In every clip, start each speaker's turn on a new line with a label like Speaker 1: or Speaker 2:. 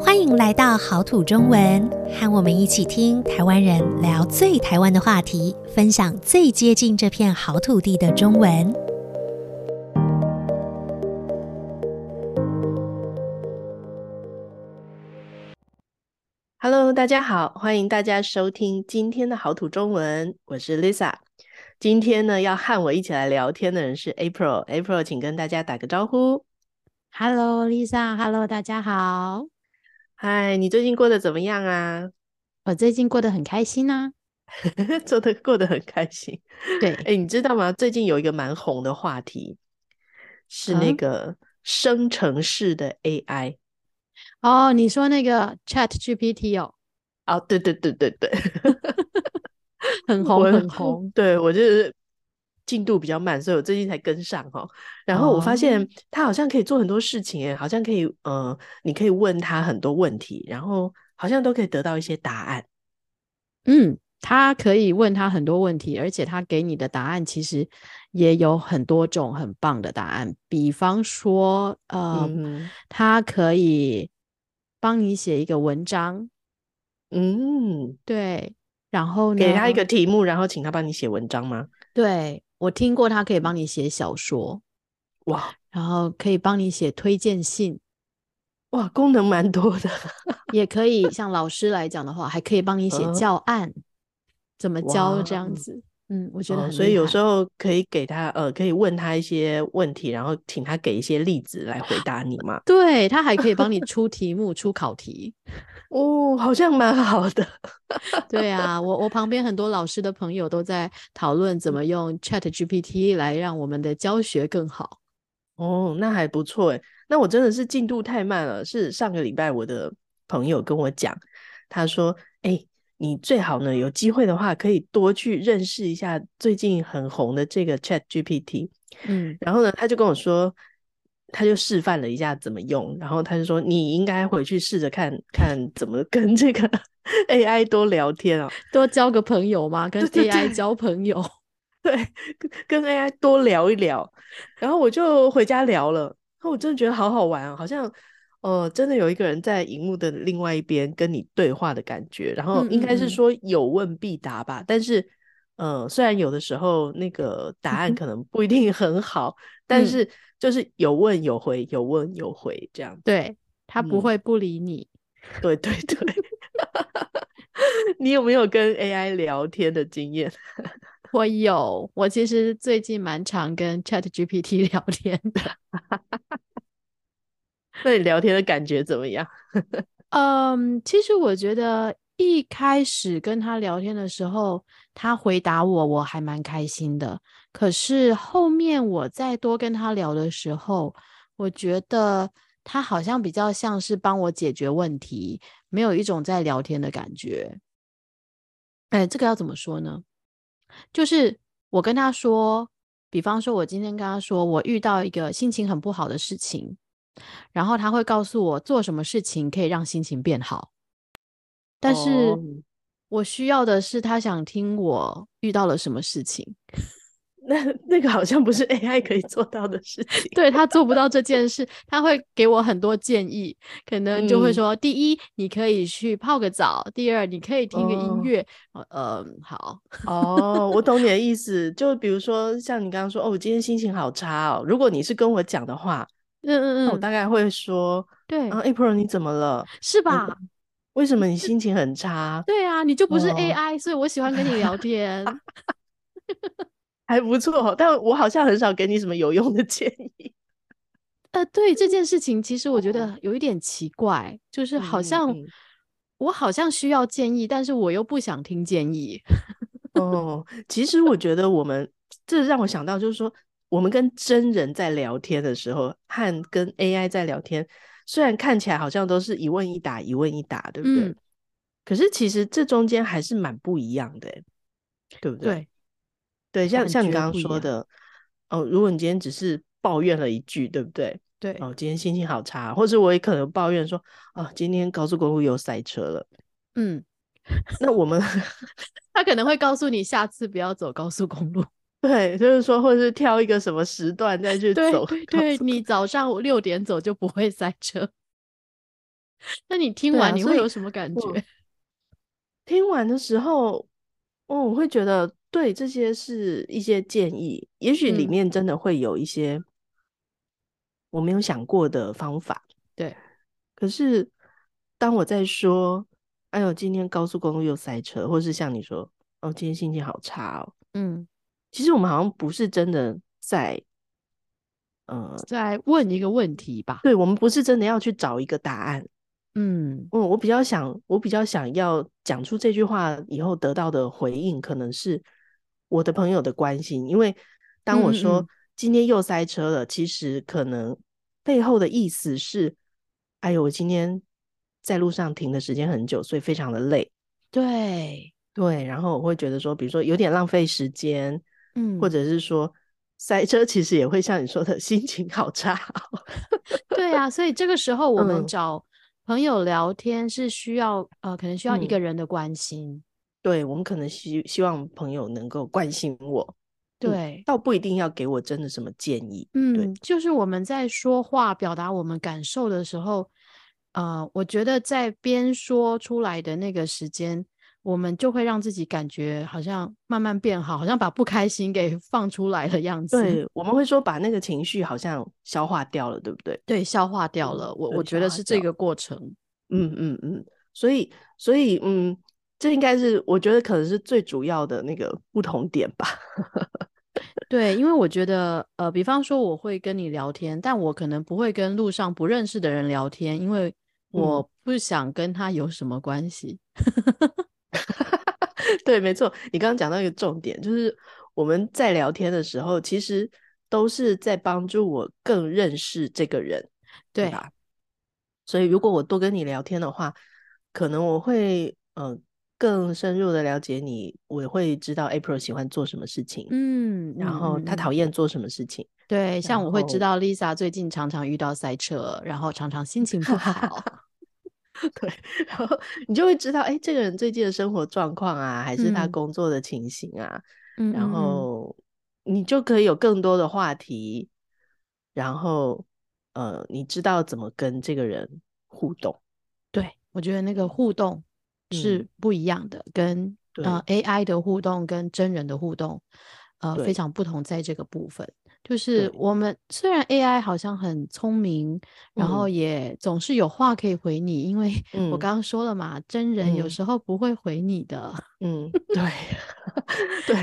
Speaker 1: 欢迎来到好土中文，和我们一起听台湾人聊最台湾的话题，分享最接近这片好土地的中文。
Speaker 2: Hello，大家好，欢迎大家收听今天的好土中文，我是 Lisa。今天呢，要和我一起来聊天的人是 April。April，请跟大家打个招呼。
Speaker 3: Hello，Lisa，Hello，大家好，
Speaker 2: 嗨，你最近过得怎么样啊？
Speaker 3: 我最近过得很开心啊。
Speaker 2: 做的过得很开心。
Speaker 3: 对，
Speaker 2: 哎，你知道吗？最近有一个蛮红的话题，是那
Speaker 3: 嗯
Speaker 2: 个生成式的 AI。
Speaker 3: 哦，你说那个 Chat GPT 哦，
Speaker 2: 哦，对对对对对，
Speaker 3: 很
Speaker 2: 我
Speaker 3: 红很红。
Speaker 2: 对我就是进度比较慢，所以我最近才跟上哈。然后我发现
Speaker 3: 哦
Speaker 2: 它好像可以做很多事情耶，好像可以呃，你可以问它很多问题，然后好像都可以得到一些答案。
Speaker 3: 嗯，他可以问他很多问题，而且他给你的答案其实也有很多种很棒的答案。比方说，呃，
Speaker 2: 嗯
Speaker 3: 他可以帮你写一个文章，
Speaker 2: 嗯，
Speaker 3: 对，然后呢，
Speaker 2: 给它一个题目，然后请它帮你写文章吗？
Speaker 3: 对我听过他可以帮你写小说，
Speaker 2: 哇
Speaker 3: 然后可以帮你写推荐信。
Speaker 2: 哇，功能蛮多的。
Speaker 3: 也可以像老师来讲的话，还可以帮你写
Speaker 2: 嗯
Speaker 3: 教案，怎么教这
Speaker 2: 哇
Speaker 3: 样子。嗯，我觉
Speaker 2: 哦，
Speaker 3: 得很
Speaker 2: 所以
Speaker 3: 厉
Speaker 2: 有
Speaker 3: 害
Speaker 2: 时候可以给他呃，可以问他一些问题，然后请他给一些例子来回答你嘛。
Speaker 3: 对他还可以帮你出题目、出考题。
Speaker 2: 哦，好像蛮好的。
Speaker 3: 对啊，我我旁边很多老师的朋友都在讨论怎么用 Chat GPT 来让我们的教学更好。
Speaker 2: 哦，那还不错诶。那我真的是进度太慢了。是上个礼拜我的朋友跟我讲，他说：“哎、你最好呢，有机会的话可以多去认识一下最近很红的这个 Chat GPT。”
Speaker 3: 嗯，
Speaker 2: 然后呢，他就跟我说，他就示范了一下怎么用，然后他就说：“你应该回去试着看看怎么跟这个 AI 多聊天哦，
Speaker 3: 多交个朋友嘛，跟
Speaker 2: 对对
Speaker 3: AI
Speaker 2: 对
Speaker 3: 交朋友。
Speaker 2: 跟 AI 多聊一聊。”然后我就回家聊了，然后我真的觉得好好玩哦，好像呃，真的有一个人在荧幕的另外一边跟你对话的感觉。然后
Speaker 3: 嗯
Speaker 2: 应该
Speaker 3: 嗯
Speaker 2: 是
Speaker 3: 嗯
Speaker 2: 说有问必答吧，但是呃，虽然有的时候那个答案 可能不一定很好，但
Speaker 3: 嗯
Speaker 2: 是就是有问有回，有问有回这样。
Speaker 3: 对他不
Speaker 2: 嗯
Speaker 3: 会不理你。
Speaker 2: 对对对， 你有没有跟 AI 聊天的经验？
Speaker 3: 我有，我其实最近蛮常跟 Chat GPT 聊天的。
Speaker 2: 那你聊天的感觉怎么样？
Speaker 3: 嗯，其实我觉得一开始跟他聊天的时候，他回答我，我还蛮开心的。可是后面我再多跟他聊的时候，我觉得他好像比较像是帮我解决问题，没有一种在聊天的感觉。哎，这个要怎么说呢？就是我跟他说，比方说，我今天跟他说，我遇到一个心情很不好的事情，然后他会告诉我做什么事情可以让心情变好。但是
Speaker 2: 哦
Speaker 3: 我需要的是他想听我遇到了什么事情，
Speaker 2: 那那个好像不是 AI 可以做到的事情。
Speaker 3: 对他做不到这件事，他会给我很多建议，可能就会
Speaker 2: 嗯
Speaker 3: 说：第一，你可以去泡个澡；第二，你可以听个
Speaker 2: 哦
Speaker 3: 音乐。呃呃，好，
Speaker 2: 哦，我懂你的意思。就比如说，像你刚刚说，哦，我今天心情好差哦。如果你是跟我讲的话，
Speaker 3: 嗯
Speaker 2: 那
Speaker 3: 嗯
Speaker 2: 我
Speaker 3: 嗯，
Speaker 2: 大概会说，
Speaker 3: 对，
Speaker 2: 啊，April，你怎么了？
Speaker 3: 是
Speaker 2: 你
Speaker 3: 吧？
Speaker 2: 为什么你心情很差？
Speaker 3: 对啊，你就不是
Speaker 2: 哦
Speaker 3: AI，所以我喜欢跟你 聊天。
Speaker 2: 还不错，但我好像很少给你什么有用的建议。
Speaker 3: 呃，对这件事情，其实我觉
Speaker 2: 哦
Speaker 3: 得有一点奇怪，就是
Speaker 2: 嗯
Speaker 3: 好
Speaker 2: 嗯
Speaker 3: 像
Speaker 2: 嗯
Speaker 3: 我好像需要建议，但是我又不想听建议。
Speaker 2: 哦，其实我觉得我们这让我想到，就是说，我们跟真人在聊天的时候，和跟 AI 在聊天，虽然看起来好像都是一问一答，一问一答，对不对？
Speaker 3: 嗯
Speaker 2: 可是其实这中间还是蛮不一样的欸，对不对？对，
Speaker 3: 对，
Speaker 2: 像
Speaker 3: 感
Speaker 2: 像你
Speaker 3: 觉
Speaker 2: 刚刚
Speaker 3: 不一
Speaker 2: 说
Speaker 3: 样
Speaker 2: 的，哦，如果你今天只是抱怨了一句，对不对？
Speaker 3: 对，
Speaker 2: 哦，今天心情好差，或者我也可能抱怨说，哦，今天高速公路又塞车了。
Speaker 3: 嗯，
Speaker 2: 那我们
Speaker 3: 他可能会告诉你下次不要走高速公路。
Speaker 2: 对，就是说，或者是挑一个什么时段再去
Speaker 3: 对
Speaker 2: 走
Speaker 3: 对
Speaker 2: 高
Speaker 3: 对，
Speaker 2: 速
Speaker 3: 你早上六点走就不会塞车。 那你听
Speaker 2: 对
Speaker 3: 完
Speaker 2: 啊
Speaker 3: 你
Speaker 2: 所
Speaker 3: 会
Speaker 2: 以
Speaker 3: 有什么感
Speaker 2: 我
Speaker 3: 觉？
Speaker 2: 听完的时候，哦，我会觉得对这些是一些建议，也许里
Speaker 3: 嗯
Speaker 2: 面真的会有一些我没有想过的方法。
Speaker 3: 对，
Speaker 2: 可是当我在说“哎呦，今天高速公路又塞车”，或是像你说“哦，今天心情好差哦
Speaker 3: 嗯，”，
Speaker 2: 其实我们好像不是真的在，呃，
Speaker 3: 再问一个问题吧。
Speaker 2: 对我们不是真的要去找一个答案。
Speaker 3: 嗯
Speaker 2: 嗯，我比较想，我比较想要讲出这句话以后得到的回应，可能是我的朋友的关心，因为当我
Speaker 3: 嗯嗯
Speaker 2: 说
Speaker 3: 嗯
Speaker 2: 今天又塞车了，其实可能背后的意思是，哎呦，我今天在路上停的时间很久，所以非常的累。
Speaker 3: 对，
Speaker 2: 对，然后我会觉得说，比如说有点浪费时间，
Speaker 3: 嗯，
Speaker 2: 或者是说塞车，其实也会像你说的心情好差 哦。
Speaker 3: 对啊，所以这个时候我们
Speaker 2: 嗯
Speaker 3: 找朋友聊天是需要呃，可能需要一
Speaker 2: 嗯
Speaker 3: 个人的关心。
Speaker 2: 对，我们可能希希望朋友能够关心我。嗯
Speaker 3: 对，
Speaker 2: 倒不一定要给我真的什么建议。对
Speaker 3: 嗯，就是我们在说话、表达我们感受的时候，呃，我觉得在边说出来的那个时间，我们就会让自己感觉好像慢慢变好，好像把不开心给放出来的样子，
Speaker 2: 对，我们会说把那个情绪好像消化掉了，对不对？
Speaker 3: 对，消化掉
Speaker 2: 嗯
Speaker 3: 了。我
Speaker 2: 对
Speaker 3: 我
Speaker 2: 消
Speaker 3: 觉得
Speaker 2: 化
Speaker 3: 是这
Speaker 2: 掉
Speaker 3: 个过程。
Speaker 2: 嗯嗯嗯。所以，所以，嗯，这应该是我觉得可能是最主要的那个不同点吧。
Speaker 3: 对，因为我觉得，呃，比方说我会跟你聊天，但我可能不会跟路上不认识的人聊天，因为我不想跟他有什么关系。
Speaker 2: 对，没错。你刚刚讲到一个重点，就是我们在聊天的时候，其实都是在帮助我更认识这个人。
Speaker 3: 对，
Speaker 2: 吧？所以如果我多跟你聊天的话，可能我会呃更深入的了解你，我会知道 April 喜欢做什么事情，
Speaker 3: 嗯，
Speaker 2: 然
Speaker 3: 嗯
Speaker 2: 后
Speaker 3: 嗯
Speaker 2: 他
Speaker 3: 嗯
Speaker 2: 讨厌做什么事情。
Speaker 3: 对，像
Speaker 2: 然
Speaker 3: 我会知
Speaker 2: 后
Speaker 3: 道 Lisa 最近常常遇到塞车，然后常常心情不 好。
Speaker 2: 对，然后你就会知道，哎，这个人最近的生活状况啊，还是他
Speaker 3: 嗯
Speaker 2: 工作的情形啊，
Speaker 3: 嗯
Speaker 2: 然
Speaker 3: 嗯嗯，
Speaker 2: 后你就可以有更多的话题，然后呃，你知道怎么跟这个人互动。
Speaker 3: 对，我觉得那个互动是
Speaker 2: 嗯，
Speaker 3: 不一样的，跟呃
Speaker 2: 对
Speaker 3: AI 的互动跟真人的互动，呃，非
Speaker 2: 对
Speaker 3: 常不同在这个部分。就是
Speaker 2: 对，
Speaker 3: 我们虽然 AI 好像很聪明，然后
Speaker 2: 嗯
Speaker 3: 也总是有话可以回你，因为我
Speaker 2: 嗯
Speaker 3: 刚刚说了嘛，真人有
Speaker 2: 嗯。
Speaker 3: 时候不会回你的
Speaker 2: 嗯，对， 对，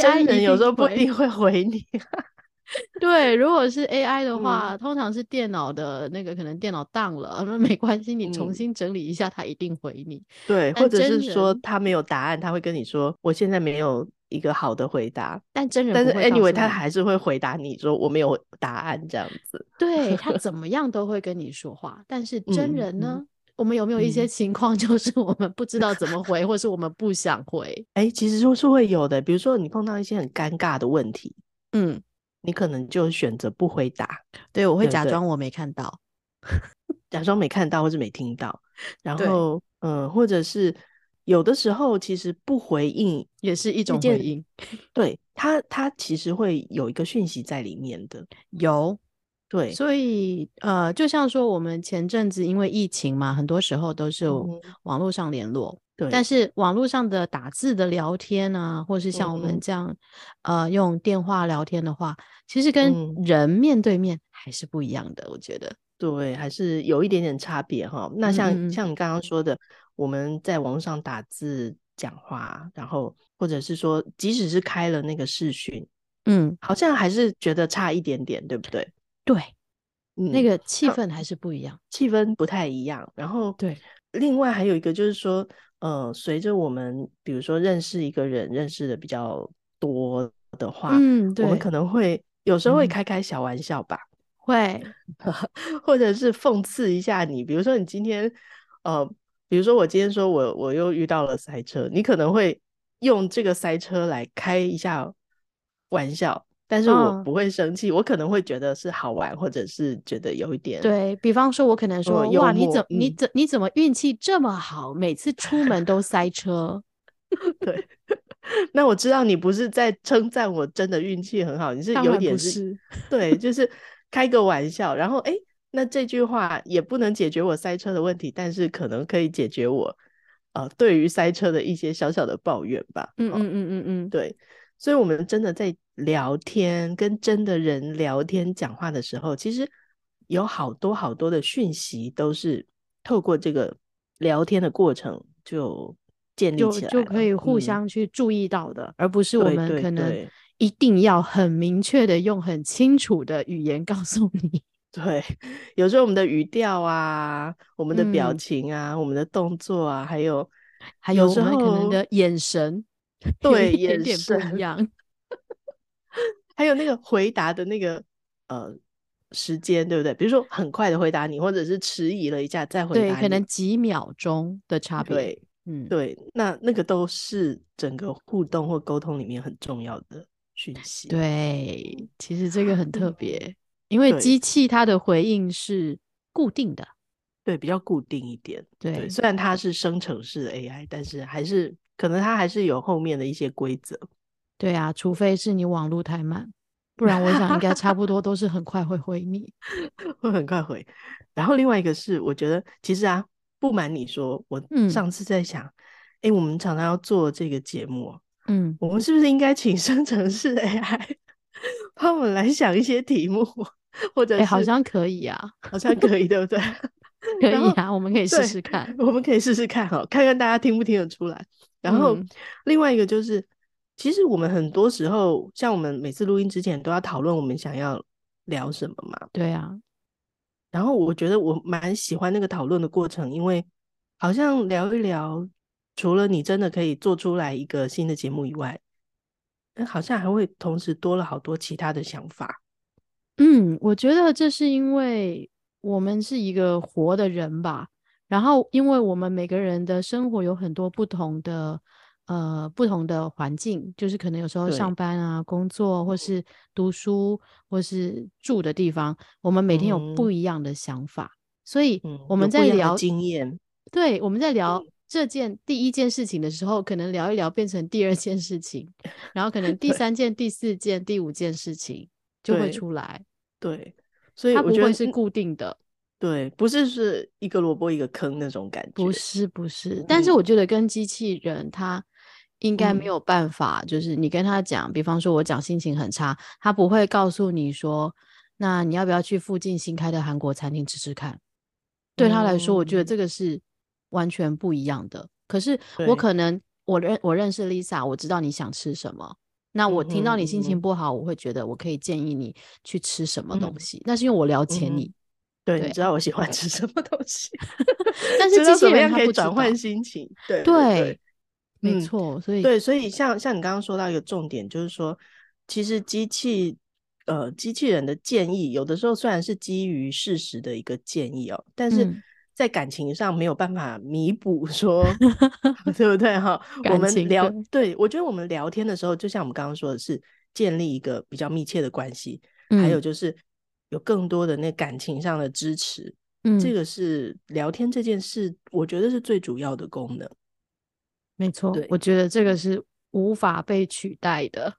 Speaker 3: ，AI
Speaker 2: 真
Speaker 3: 一
Speaker 2: 人有时
Speaker 3: 定
Speaker 2: 候不一
Speaker 3: 哎会。
Speaker 2: 定会回你。
Speaker 3: 对，如果是 AI 的
Speaker 2: 嗯
Speaker 3: 话，通常是电脑的那个可能电脑当了，那没关系，你重
Speaker 2: 嗯，
Speaker 3: 新整理一下，它一定回你。
Speaker 2: 对，或
Speaker 3: 但
Speaker 2: 者
Speaker 3: 哎真
Speaker 2: 是说
Speaker 3: 人，
Speaker 2: 他没有答案，他会跟你说我现在没有一个好的回答，
Speaker 3: 但真人
Speaker 2: 但
Speaker 3: 不
Speaker 2: 是
Speaker 3: 会告
Speaker 2: anyway
Speaker 3: 诉
Speaker 2: 他
Speaker 3: 你，
Speaker 2: 还是会回答你说我没有答案这样子。
Speaker 3: 对，他怎么样都会跟你说话。但是真
Speaker 2: 嗯
Speaker 3: 人
Speaker 2: 嗯
Speaker 3: 呢，我们有没有一些
Speaker 2: 嗯，
Speaker 3: 情况 就是我们不知道怎么回，或是我们不想 回？
Speaker 2: 哎，其实就是会有的，比如说你碰到一些很尴尬的问题，
Speaker 3: 嗯，
Speaker 2: 你可能就选择不回答，
Speaker 3: 对，我会
Speaker 2: 对不
Speaker 3: 假
Speaker 2: 对？
Speaker 3: 装我没看到。
Speaker 2: 假装没看到或者没听到，然
Speaker 3: 对，
Speaker 2: 后嗯、呃或者是有的时候其实不回应
Speaker 3: 也是一
Speaker 2: 这
Speaker 3: 种回
Speaker 2: 件，
Speaker 3: 应。
Speaker 2: 对他他其实会有一个讯息在里面的，
Speaker 3: 有，
Speaker 2: 对，
Speaker 3: 所以呃，就像说我们前阵子因为疫情嘛，很多时候都是
Speaker 2: 嗯，
Speaker 3: 网络上联络，但
Speaker 2: 对，
Speaker 3: 是网络上的打字的聊天啊，或是像我们
Speaker 2: 嗯
Speaker 3: 这样呃用电话聊天的话，其实跟
Speaker 2: 嗯，
Speaker 3: 人面对面还是不一样的，我觉得。
Speaker 2: 对，还是有一点点差别哈。那
Speaker 3: 嗯
Speaker 2: 像
Speaker 3: 嗯嗯，
Speaker 2: 像你刚刚说的，我们在网络上打字讲话，然后或者是说，即使是开了那个视讯，
Speaker 3: 嗯，
Speaker 2: 好像还是觉得差一点点，对不对？
Speaker 3: 对，那
Speaker 2: 嗯，
Speaker 3: 个气
Speaker 2: 它
Speaker 3: 氛还是不一样。
Speaker 2: 气氛不太一样。然后，
Speaker 3: 对，
Speaker 2: 另外还有一个就是说，呃，随着我们比如说认识一个人，认识的比较多的话，
Speaker 3: 嗯，
Speaker 2: 我们可
Speaker 3: 对，
Speaker 2: 能会有时候会
Speaker 3: 嗯，
Speaker 2: 开开小玩笑吧，
Speaker 3: 会，
Speaker 2: 或者是讽刺一下你。比如说你今天，呃，比如说我今天说我我又遇到了塞车，你可能会用这个塞车来开一下玩笑。但是我
Speaker 3: 嗯。
Speaker 2: 不会生气，我可能会觉得是好玩，或者是觉得有一点
Speaker 3: 对比方说，我可能
Speaker 2: 呃
Speaker 3: 说，
Speaker 2: 幽
Speaker 3: 哇，你
Speaker 2: 默，
Speaker 3: 怎你
Speaker 2: 嗯，
Speaker 3: 怎你怎么运气这么好？每次出门都塞车。
Speaker 2: 对。那我知道你不是在称赞我真的运气很好，你是
Speaker 3: 当
Speaker 2: 有一
Speaker 3: 然不
Speaker 2: 点是，
Speaker 3: 是，
Speaker 2: 对，就是开个玩笑，然后哎，诶那这句话也不能解决我塞车的问题，但是可能可以解决我呃对于塞车的一些小小的抱怨吧。
Speaker 3: 嗯
Speaker 2: 哦
Speaker 3: 嗯嗯嗯
Speaker 2: 对，所以我们真的在聊天，跟真的人聊天讲话的时候，其实有好多好多的讯息都是透过这个聊天的过程就建
Speaker 3: 嗯，
Speaker 2: 立
Speaker 3: 就
Speaker 2: 起来
Speaker 3: 就可
Speaker 2: 了
Speaker 3: 以互
Speaker 2: 嗯
Speaker 3: 相去注意到的，而不是我
Speaker 2: 对
Speaker 3: 们
Speaker 2: 对
Speaker 3: 可能
Speaker 2: 对
Speaker 3: 一定要很明确的用很清楚的语言告诉你。
Speaker 2: 对， 有时候我们的语调啊，我们的表
Speaker 3: 嗯
Speaker 2: 情啊，我们的动作啊，还有
Speaker 3: 还
Speaker 2: 有
Speaker 3: 有我
Speaker 2: 时
Speaker 3: 们可能
Speaker 2: 候
Speaker 3: 的眼神，有
Speaker 2: 对
Speaker 3: 一点
Speaker 2: 眼
Speaker 3: 点不
Speaker 2: 神
Speaker 3: 一样。
Speaker 2: 还有那个回答的那个呃时间，对不对？比如说很快的回答你，或者是迟疑了一下再回
Speaker 3: 对，
Speaker 2: 答你，
Speaker 3: 可能几秒钟的差别。
Speaker 2: 对
Speaker 3: 嗯，
Speaker 2: 对，那那个都是整个互动或沟通里面很重要的讯息。
Speaker 3: 对，其实这个很特别，因为
Speaker 2: 对
Speaker 3: 机器它的回应是固定的。
Speaker 2: 对，比较固定一点。
Speaker 3: 对
Speaker 2: 对，，虽然它是生成式 AI，但是还是可能它还是有后面的一些规则。
Speaker 3: 对啊，除非是你网络太慢，不然我想应该差 不多都是很快会回你。
Speaker 2: 会很快回。然后另外一个是，我觉得其实啊，不瞒你说，我
Speaker 3: 嗯
Speaker 2: 上次在想，哎、我们常常要做这个节目哦，
Speaker 3: 嗯，
Speaker 2: 我们是不是应该请 生成式 AI 帮我们来想一些题目，或者
Speaker 3: 哎、
Speaker 2: 是、
Speaker 3: 好像可以啊，
Speaker 2: 好像可以，对不对？
Speaker 3: 可
Speaker 2: 然
Speaker 3: 以
Speaker 2: 后
Speaker 3: 啊，我们可以试
Speaker 2: 对
Speaker 3: 试看。
Speaker 2: 我们可以试试看哈，看看大家听不听得出来。然后、
Speaker 3: 嗯
Speaker 2: 另外一个就是，其实我们很多时候，像我们每次录音之前都要讨论我们想要聊什么嘛。
Speaker 3: 对啊，
Speaker 2: 然后我觉得我蛮喜欢那个讨论的过程，因为好像聊一聊，除了你真的可以做出来一个新的节目以外，呃好像还会同时多了好多其他的想法。
Speaker 3: 嗯，我觉得这是因为我们是一个活的人吧，然后因为我们每个人的生活有很多不同的呃不同的环境，就是可能有时候
Speaker 2: 对
Speaker 3: 上班啊、工作，或是读书，或是住的地方，我们每天有不
Speaker 2: 嗯
Speaker 3: 一样的想法，所以
Speaker 2: 嗯，
Speaker 3: 我
Speaker 2: 有
Speaker 3: 们
Speaker 2: 不
Speaker 3: 在
Speaker 2: 一样的
Speaker 3: 聊
Speaker 2: 经嗯验，
Speaker 3: 对，我们在聊这件第一件事情的时候，可能聊一聊变成第二件事情，然后可能第
Speaker 2: 对
Speaker 3: 三件、第四件、第五件事情就会
Speaker 2: 对
Speaker 3: 出来，
Speaker 2: 对，所以
Speaker 3: 它
Speaker 2: 我
Speaker 3: 不
Speaker 2: 觉得
Speaker 3: 会是
Speaker 2: 嗯
Speaker 3: 固定的，
Speaker 2: 对，不是是一个萝卜一个坑那种感觉，
Speaker 3: 不是不是。但是我觉得跟机器人它应该没
Speaker 2: 嗯
Speaker 3: 有办法，就是你跟他讲，比方说我讲心情很差，他不会告诉你说，那你要不要去附近新开的韩国餐厅吃吃看？对他来说，我觉得
Speaker 2: 嗯
Speaker 3: 这个是完全不一样的。可是我
Speaker 2: 对
Speaker 3: 可能我认我认识 Lisa，我知道你想吃什么。那我听到
Speaker 2: 嗯哼
Speaker 3: 你
Speaker 2: 嗯
Speaker 3: 心情
Speaker 2: 哼
Speaker 3: 不好，我会觉得我可以建议你去吃什么东
Speaker 2: 嗯
Speaker 3: 西。那是因为我了解
Speaker 2: 嗯哼
Speaker 3: 你，
Speaker 2: 对，
Speaker 3: 对
Speaker 2: 你知道我喜欢吃什么东西，
Speaker 3: 但是
Speaker 2: 知
Speaker 3: 机
Speaker 2: 道
Speaker 3: 器
Speaker 2: 怎么
Speaker 3: 人
Speaker 2: 样
Speaker 3: 他
Speaker 2: 可以
Speaker 3: 不知
Speaker 2: 转
Speaker 3: 道。
Speaker 2: 换心情，对对。
Speaker 3: 对，没
Speaker 2: 嗯
Speaker 3: 错。所以
Speaker 2: 对，所以像像你刚刚说到一个重点，就是说，其实机器呃机器人的建议，有的时候虽然是基于事实的一个建议哦，但是
Speaker 3: 嗯
Speaker 2: 在感情上没有办法弥补 说， 对不对哈？我
Speaker 3: 感
Speaker 2: 们
Speaker 3: 情
Speaker 2: 聊，
Speaker 3: 对
Speaker 2: 对我觉得我们聊天的时候，就像我们刚刚说的是建立一个比较密切的关系，还有
Speaker 3: 嗯
Speaker 2: 就是有更多的那感情上的支持，这
Speaker 3: 嗯，
Speaker 2: 个是聊天这件事，我觉得是最主要的功 能。
Speaker 3: 没错。
Speaker 2: 对
Speaker 3: 我觉得这个是无法被取代的。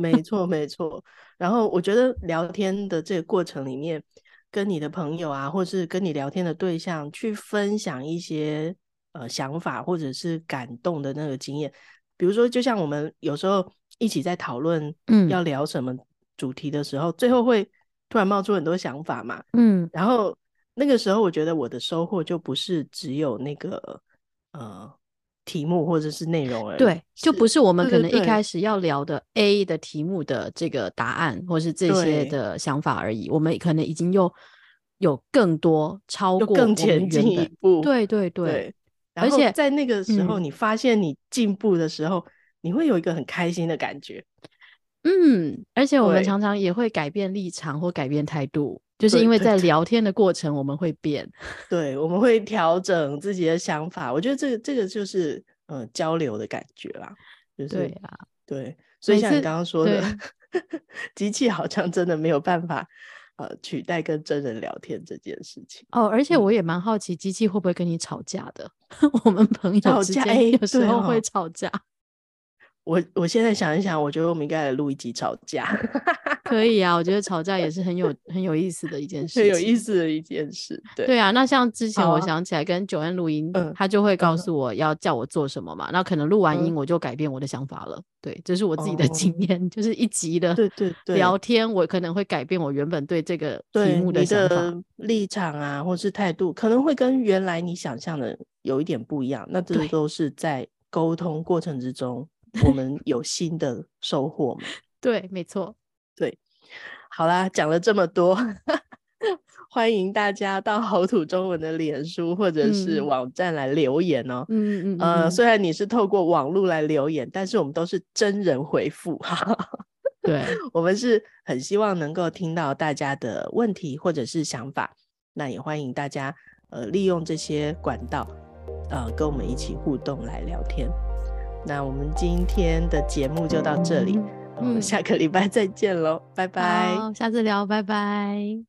Speaker 2: 没错，没错。然后我觉得聊天的这个过程里面，跟你的朋友啊，或是跟你聊天的对象去分享一些呃想法，或者是感动的那个经验。比如说，就像我们有时候一起在讨论
Speaker 3: 嗯
Speaker 2: 要聊什么主题的时候，最后会突然冒出很多想法嘛。
Speaker 3: 嗯
Speaker 2: 然后那个时候，我觉得我的收获就不是只有那个呃题目或者是内容而已，
Speaker 3: 对，就不是我们
Speaker 2: 对
Speaker 3: 可
Speaker 2: 对
Speaker 3: 能一
Speaker 2: 对
Speaker 3: 开始要聊的 A 的题目的这个答案，或是这些
Speaker 2: 对
Speaker 3: 的想法而已。我们可能已经又有更多超
Speaker 2: 就
Speaker 3: 过
Speaker 2: 更
Speaker 3: 我们
Speaker 2: 前进
Speaker 3: 原
Speaker 2: 一
Speaker 3: 本。
Speaker 2: 步。
Speaker 3: 对 对对，
Speaker 2: 对，然
Speaker 3: 而
Speaker 2: 后
Speaker 3: 且
Speaker 2: 在那个时候，
Speaker 3: 嗯
Speaker 2: 你发现你进步的时候，你会有一个很开心的感觉。
Speaker 3: 嗯，而且我们
Speaker 2: 对
Speaker 3: 常常也会改变立场或改变态度，就是
Speaker 2: 对
Speaker 3: 因为
Speaker 2: 对
Speaker 3: 在
Speaker 2: 对
Speaker 3: 聊天的过程我们会变。
Speaker 2: 对，我们会调整自己的想法。我觉得这个这个就是呃交流的感觉啦，就是
Speaker 3: 对啊，
Speaker 2: 对。所以
Speaker 3: 每
Speaker 2: 像你
Speaker 3: 次
Speaker 2: 刚刚说的
Speaker 3: 对，
Speaker 2: 机器好像真的没有办法呃取代跟真人聊天这件事情。
Speaker 3: 哦，而且
Speaker 2: 嗯
Speaker 3: 我也蛮好奇，机器会不会跟你吵架的？ 我们朋友
Speaker 2: 吵
Speaker 3: 之
Speaker 2: 架
Speaker 3: 间
Speaker 2: 哎
Speaker 3: 有时
Speaker 2: 对
Speaker 3: 候会
Speaker 2: 哦
Speaker 3: 吵架，
Speaker 2: 我我现在想一想，我觉得我们应该来录一集吵架。
Speaker 3: 可以啊，我觉得吵架也是很有很有意思的一件事
Speaker 2: 很
Speaker 3: 情，
Speaker 2: 有意思的一件事。对，
Speaker 3: 对啊，那像之前
Speaker 2: 好
Speaker 3: 我
Speaker 2: 啊
Speaker 3: 想起来跟九恩录音，
Speaker 2: 嗯
Speaker 3: 他就会告
Speaker 2: 嗯
Speaker 3: 诉我要叫我做什么嘛。那可能录完
Speaker 2: 嗯
Speaker 3: 音我就改变我的想法了。对，这是我自己的
Speaker 2: 哦
Speaker 3: 经验， 就是一集的
Speaker 2: 对对对
Speaker 3: 聊天，我可能会改变我原本对这个题
Speaker 2: 对
Speaker 3: 目
Speaker 2: 你
Speaker 3: 想法。
Speaker 2: 的立场啊，或是态度，可能会跟原来你想象的有一点不一样。那这
Speaker 3: 对
Speaker 2: 都是在沟通过程之中，我 们有新的收获嘛？
Speaker 3: 对，没错。
Speaker 2: 好啦，讲了这么多， 欢迎大家到好土中文的脸书或者是
Speaker 3: 嗯
Speaker 2: 网站来留言哦。
Speaker 3: 嗯嗯嗯
Speaker 2: 呃，
Speaker 3: 嗯，
Speaker 2: 虽然你是透过网络来留言，但是我们都是真人回复，
Speaker 3: 对，
Speaker 2: 我们是很希望能够听到大家的问题或者是想法，那也欢迎大家呃利用这些管道，呃跟我们一起互动来聊天。那我们今天的节目就到这里，我们
Speaker 3: 嗯
Speaker 2: 下个礼拜再见喽，拜拜。
Speaker 3: 好，下次聊，拜拜。